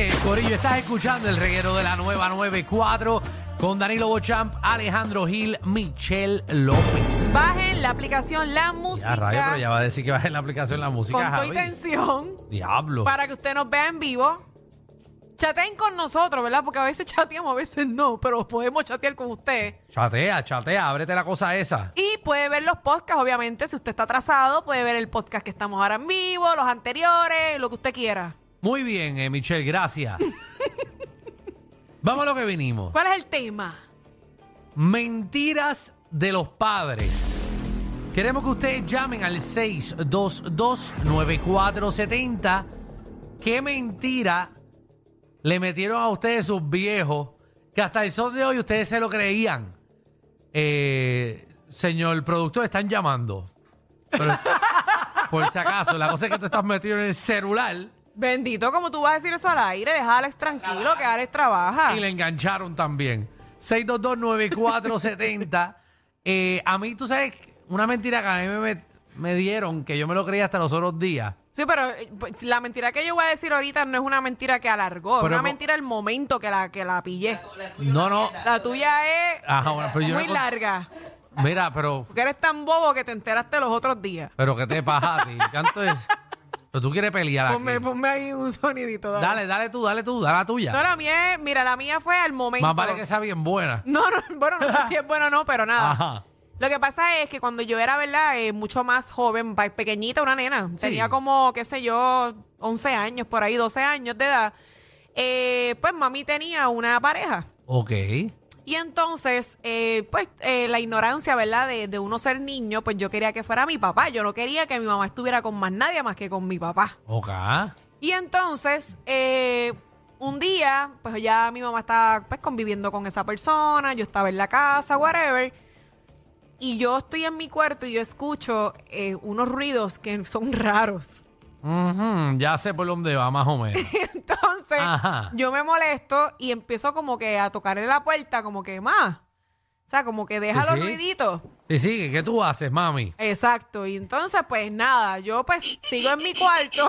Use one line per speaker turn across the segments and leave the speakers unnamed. Estás escuchando el reguero de la nueva 94 con Danilo Bochamp, Alejandro Gil, Michelle López.
Bajen la aplicación La
Ya, rayo, pero
Música
ya va a decir que baje la aplicación la música,
con tu
Javi.
intención
Diablo.
para que usted nos vea en vivo. Chateen con nosotros, ¿verdad? Porque a veces chateamos, a veces no, pero podemos chatear con usted.
Chatea, chatea, ábrete la cosa esa.
Y puede ver los podcasts, obviamente, si usted está atrasado, puede ver el podcast que estamos ahora en vivo, los anteriores, lo que usted quiera.
Muy bien, eh, Michelle, gracias. Vamos a lo que vinimos.
¿Cuál es el tema?
Mentiras de los padres. Queremos que ustedes llamen al 622-9470. ¿Qué mentira le metieron a ustedes sus viejos que hasta el sol de hoy ustedes se lo creían? Eh, señor productor, están llamando. Pero, por si acaso, la cosa es que tú estás metido en el celular
Bendito, como tú vas a decir eso al aire, deja a Alex tranquilo, que Alex trabaja.
y le engancharon también. 6229470. eh, a mí, tú sabes, una mentira que a mí me, met- me dieron, que yo me lo creía hasta los otros días.
Sí, pero eh, pues, la mentira que yo voy a decir ahorita no es una mentira que alargó, es
Pero
una
mo-
mentira el momento que la, que la pillé.
No, no.
La tuya es
Ajá, bueno, pero yo
muy
no-
larga,
Mira, pero,
porque eres tan bobo que te enteraste los otros días.
pero ¿qué te pasa a ti? Canto es- Pero tú quieres pelear aquí.
Ponme, ponme ahí un sonidito. dale.
Ah, Dale, dale tú, dale tú, dale la tuya.
No, la mía es, mira, la mía fue al momento.
Más vale que sea bien buena.
No, no, bueno, no sé si es bueno o no, pero nada.
Ajá.
Lo que pasa es que cuando yo era, ¿verdad? Eh, mucho más joven, pa- pequeñita, una nena. Tenía
Sí.
como, qué sé yo, 11 años, por ahí, 12 años de edad. Eh, pues mami tenía una pareja.
Ok.
Y entonces, eh, pues eh, la ignorancia, ¿verdad? De, de uno ser niño, pues yo quería que fuera mi papá. Yo no quería que mi mamá estuviera con más nadie más que con mi papá.
Ok.
Y entonces, eh, un día, pues ya mi mamá estaba pues, conviviendo con esa persona, yo estaba en la casa, whatever. Y yo estoy en mi cuarto y yo escucho eh, unos ruidos que son raros.
Ujú, ya sé por dónde va, más o menos.
Entonces,
Ajá.
yo me molesto y empiezo como que a tocarle la puerta, como que más. O sea, como que deja
Sí,
los
sí.
ruiditos.
Y sigue, ¿qué tú haces, mami?
Exacto. Y entonces, pues nada, yo pues sigo en mi cuarto.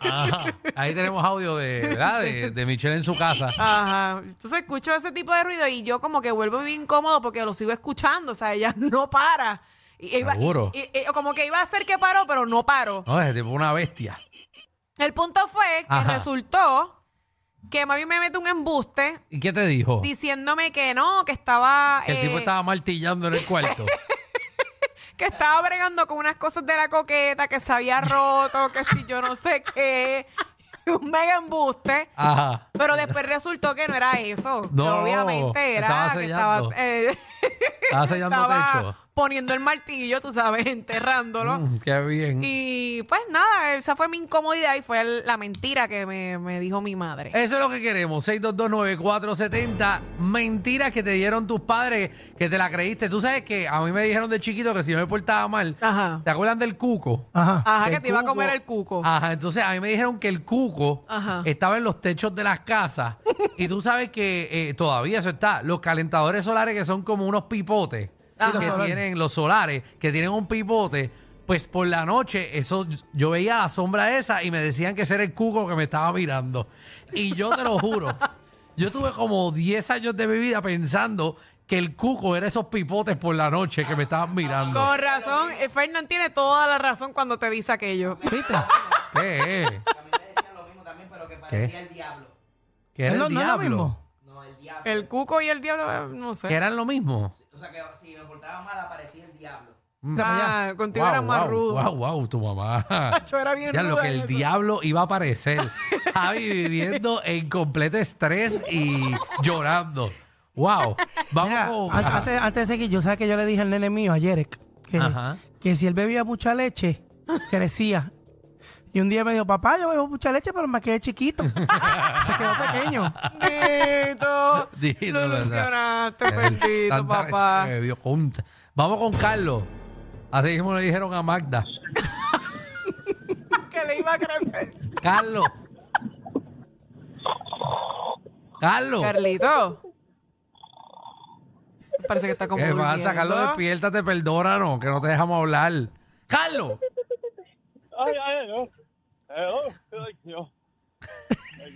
Ajá. Ahí tenemos audio de, ¿verdad? De, de Michelle en su casa.
Ajá. Entonces escucho ese tipo de ruido y yo como que vuelvo bien incómodo porque lo sigo escuchando. O sea, ella no para. Y e iba-
Seguro.
y- y- como que iba a ser que paró, pero no paró.
No, ese tipo es una bestia.
El punto fue que
Ajá.
resultó que mami me mete un embuste
¿Y qué te dijo?
diciéndome que no, que estaba...
Que el tipo
eh,
estaba martillando en el cuarto.
que estaba bregando con unas cosas de la coqueta, que se había roto, que si yo no sé qué. Un mega embuste.
Ajá.
Pero después resultó que no era eso.
No,
Que obviamente era
estaba
que
sellando.
estaba, eh,
Estaba sellando
estaba
techo.
poniendo el martillo, tú sabes, enterrándolo.
Mm, qué bien.
Y pues nada, esa fue mi incomodidad y fue el- la mentira que me, me dijo mi madre.
Eso es lo que queremos. 6229470. Mentiras que te dieron tus padres que te la creíste. Tú sabes que a mí me dijeron de chiquito que si yo me portaba mal.
Ajá.
¿Te acuerdan del cuco?
Ajá, que
Ah, El
te iba a
cuco. Ah.
comer el cuco.
Ajá, entonces a mí me dijeron que el cuco
Ajá.
estaba en los techos de las casas. y tú sabes que eh, todavía eso está. Los calentadores solares que son como unos pipotes
Ajá.
que tienen los solares, que tienen un pipote. Pues por la noche, eso yo veía la sombra esa y me decían que ese era el cuco que me estaba mirando. Y yo te lo juro, yo tuve como 10 años de mi vida pensando que el cuco era esos pipotes por la noche que me estaban mirando.
Con razón, eh, Fernán tiene toda la razón cuando te dice aquello.
¿Viste? ¿Qué es?
A mí me decían lo mismo también, pero que parecía el diablo.
Que era
No,
el
no es lo
diablo.
mismo.
No, el diablo.
El cuco y el diablo, eh, no
Que
sé.
eran lo mismo. Mm.
O sea, que si me portaba mal, aparecía el diablo.
Ah, contigo era más rudo.
Wow, wow, tu mamá.
Yo era bien
ya lo
ruda
que
en
el
eso.
diablo iba a aparecer. Javi viviendo en completo estrés y llorando. Wow. Vamos
Mira,
con-
an-
Ajá.
antes, antes de seguir, yo sabes que yo le dije al nene mío ayer que,
Ajá.
que si él bebía mucha leche, crecía. Y un día me dijo, papá, yo bebo mucha leche, pero me quedé chiquito. Se quedó pequeño.
Bendito.
Dito,
Lo
¿verdad?
ilusionaste,
Ah, Tanta leche
bendito, papá.
que bebió. Contra. Vamos con Carlos. Así mismo le dijeron a Magda.
Que le iba a crecer.
Carlos. Carlos.
Carlito. Parece que está como
¿Qué falta,
durmiendo.
Carlos? Despiértate, perdónanos, que no te dejamos hablar. ¡Carlos!
oh. Ay, ay, no. Ay, no. Ay, no.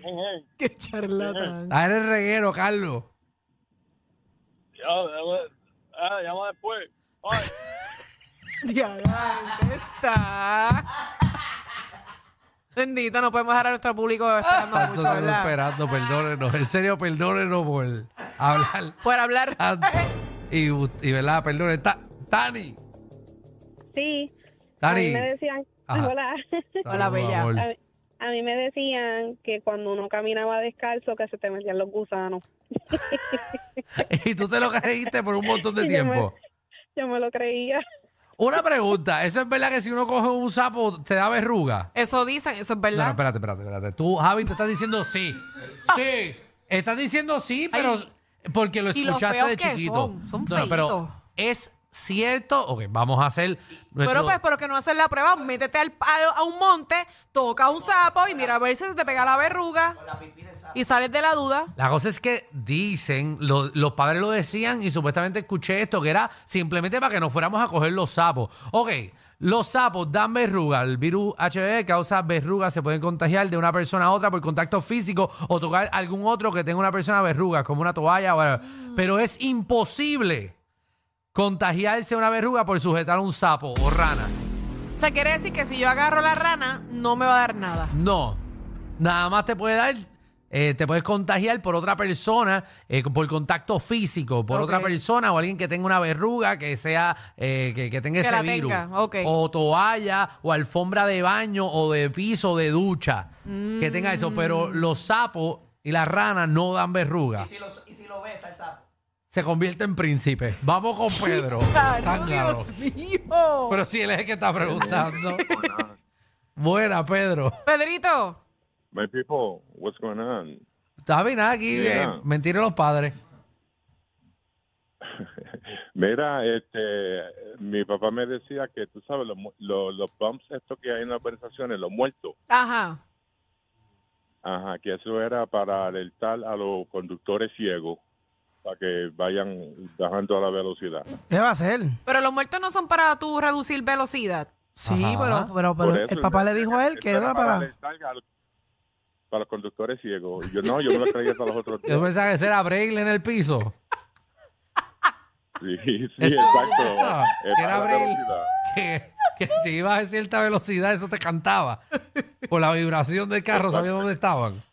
¿Quién es?
Qué charlatán.
Ah, eres reguero, Carlos.
Yo, llamo- ah, llamo después. Ay,
Diabla, ¿dónde está? Bendito, no podemos dejar a nuestro público esperando
Tanto
mucho,
estamos
¿verdad?
esperando, perdónenos. En serio, perdónenos por hablar
Por hablar.
tanto. Y, y verdad, perdón. Ta- Tani.
Sí. A
Tani.
mí me decían,
Ajá.
hola.
Hola,
Saludos,
bella.
amor.
A mí- a mí me decían que cuando uno caminaba descalzo que se te metían los gusanos.
Y tú te lo creíste por un montón de
Y yo me-
tiempo.
Yo me lo creía.
Una pregunta. ¿Eso es verdad que si uno coge un sapo te da verruga?
Eso dicen, eso es
No, no,
verdad. Ah.
espérate, espérate, espérate. Tú, Javi, te estás diciendo sí. Sí. Estás diciendo sí, pero porque lo
Y lo
escuchaste
feos
de
que
chiquito.
son, son
No, no, pero
feitos.
es cierto. Ok, vamos a hacer.
pero
nuestro-
pues, pero que no haces la prueba, métete al- a, a un monte, toca a un sapo y mira a ver si se te pega la verruga y sales de la duda.
La cosa es que dicen, lo- los padres lo decían y supuestamente escuché esto, que era simplemente para que nos fuéramos a coger los sapos. Ok, los sapos dan verruga. El virus HB causa verrugas, se pueden contagiar de una persona a otra por contacto físico o tocar algún otro que tenga una persona verruga, como una toalla. whatever. Pero es imposible contagiarse una verruga por sujetar un sapo o rana.
O sea, quiere decir que si yo agarro la rana, no me va a dar nada.
No. Nada más te puede dar, eh, te puedes contagiar por otra persona, eh, por contacto físico, por
Ok.
otra persona o alguien que tenga una verruga, que sea, eh, que, que tenga
Que
ese
la
virus.
tenga, ok.
O toalla, o alfombra de baño, o de piso, de ducha.
Mm.
Que tenga eso. Pero los sapos y las ranas no dan verruga.
Y si lo, y si lo ves al sapo.
Se convierte en príncipe. Vamos con Pedro.
Claro,
Zángano.
Dios mío.
Pero si él es el que está preguntando. Buena, Pedro.
Pedrito.
my people, what's going on?
Está bien aquí,
Yeah.
eh, mentir a los padres.
Mira, este, mi papá me decía que tú sabes, los, mu- los, los bumps estos que hay en las organizaciones, los muertos,
Ajá.
ajá, que eso era para alertar a los conductores ciegos para que vayan bajando a la velocidad.
¿Qué va a hacer?
Pero los muertos no son para tú reducir velocidad.
Sí,
Ajá.
pero, pero, pero
Por eso,
el papá le dijo a él que
eso
era para...
alertar a los- para los conductores ciegos. Y yo no, yo me lo creía hasta los otros
Yo
días.
pensaba que ese era Braille en el piso.
Sí, sí,
Eso-
exacto.
eso,
Es
que era
para la
abril.
velocidad.
Que, que si ibas a cierta velocidad, eso te cantaba. Por la vibración del carro, sabías dónde estaban.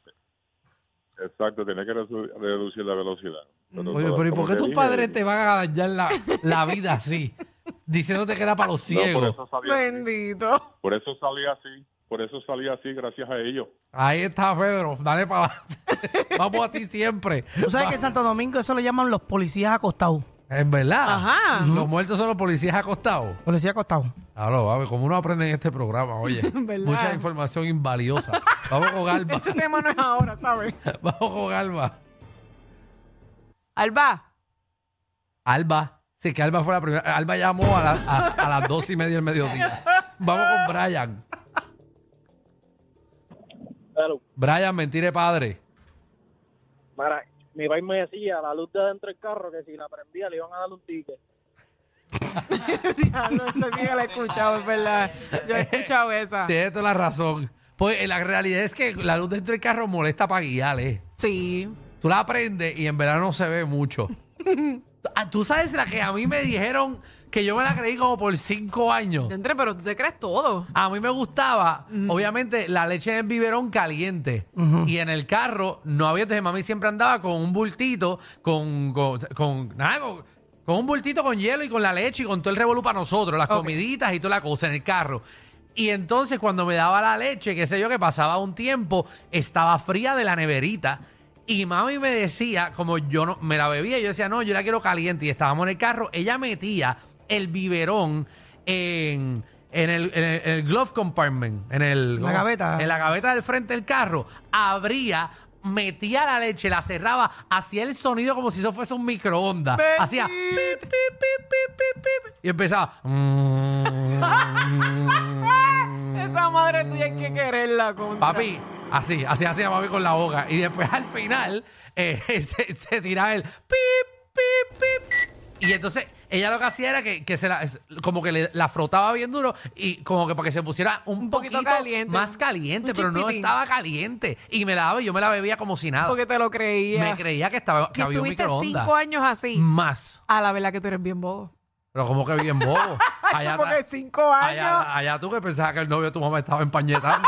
Exacto, tenía que resu- reducir la velocidad. Pero,
Mm. Oye, pero ¿y por qué tus padres te van a dañar la, la vida así? Diciéndote que era para los
por
ciegos.
eso salí así.
Bendito.
Por eso salí así, por eso salí así, gracias a ellos.
Ahí está, Pedro. Dale para adelante. Vamos a ti siempre.
Tú sabes que en Santo Domingo eso le llaman los policías acostados.
Es verdad.
Ajá.
Los muertos son los policías acostados.
Policías acostados.
Claro, ver, como uno aprende en este programa, oye.
¿Verdad?
Mucha información invaliosa. Vamos con Alba.
Ese tema no es ahora, ¿sabes?
Vamos con Alba.
Alba.
Alba. Sí, que Alba fue la primera. Alba llamó a, la- a- a las dos y media del mediodía. Vamos con Brian.
Claro,
Brian, mentire padre.
mira, mi país me decía a la luz de adentro del carro que si la prendía le iban a dar un ticket.
Diablo, esa sí que la he escuchado, es verdad. Yo he escuchado esa.
Tiene toda la razón. Pues eh, la realidad es que la luz dentro del carro molesta para guiar, ¿eh?
Sí.
Tú la prendes y en verdad no se ve mucho. Ah, Tú sabes la que a mí me dijeron que yo me la creí como por cinco años.
Yo entré, pero tú te crees todo.
A mí me gustaba, obviamente, la leche en el biberón caliente. Y en el carro no había. Entonces, mami siempre andaba con un bultito, con. con, con- nada, con- con un bultito con hielo y con la leche y con todo el revolú para nosotros, las
Ok.
comiditas y toda la cosa en el carro. Y entonces, cuando me daba la leche, qué sé yo, que pasaba un tiempo, estaba fría de la neverita. Y mami me decía, como yo no me la bebía, y yo decía, no, yo la quiero caliente. Y estábamos en el carro. Ella metía el biberón en, en, el, en el- en el glove compartment, en el,
La gaveta.
En la gaveta del frente del carro. Abría, metía la leche, la cerraba, hacía el sonido como si eso fuese un microondas. Hacía pip, pip, pip, pip, pip, y empezaba.
Esa madre tuya hay que quererla con.
Papi, así, así hacía papi con la boca. Y después al final eh, se, se tiraba el pip, pip, pip. Y entonces ella lo que hacía era que, que se la, es- como que le- la frotaba bien duro y como que para que se pusiera un,
Un
poquito,
poquito caliente,
más
un-
caliente,
un
pero no
chispitín.
estaba caliente. Y me la daba y yo me la bebía como si nada.
Porque te lo creía.
Me creía que estaba que
y
había un
estuviste
microondas.
cinco años así.
Más.
A la verdad que tú eres bien bobo.
Pero como que bien bobo. Allá,
Como
atrás-
que cinco años.
allá, allá tú que pensabas que el novio de tu mamá estaba empañetando.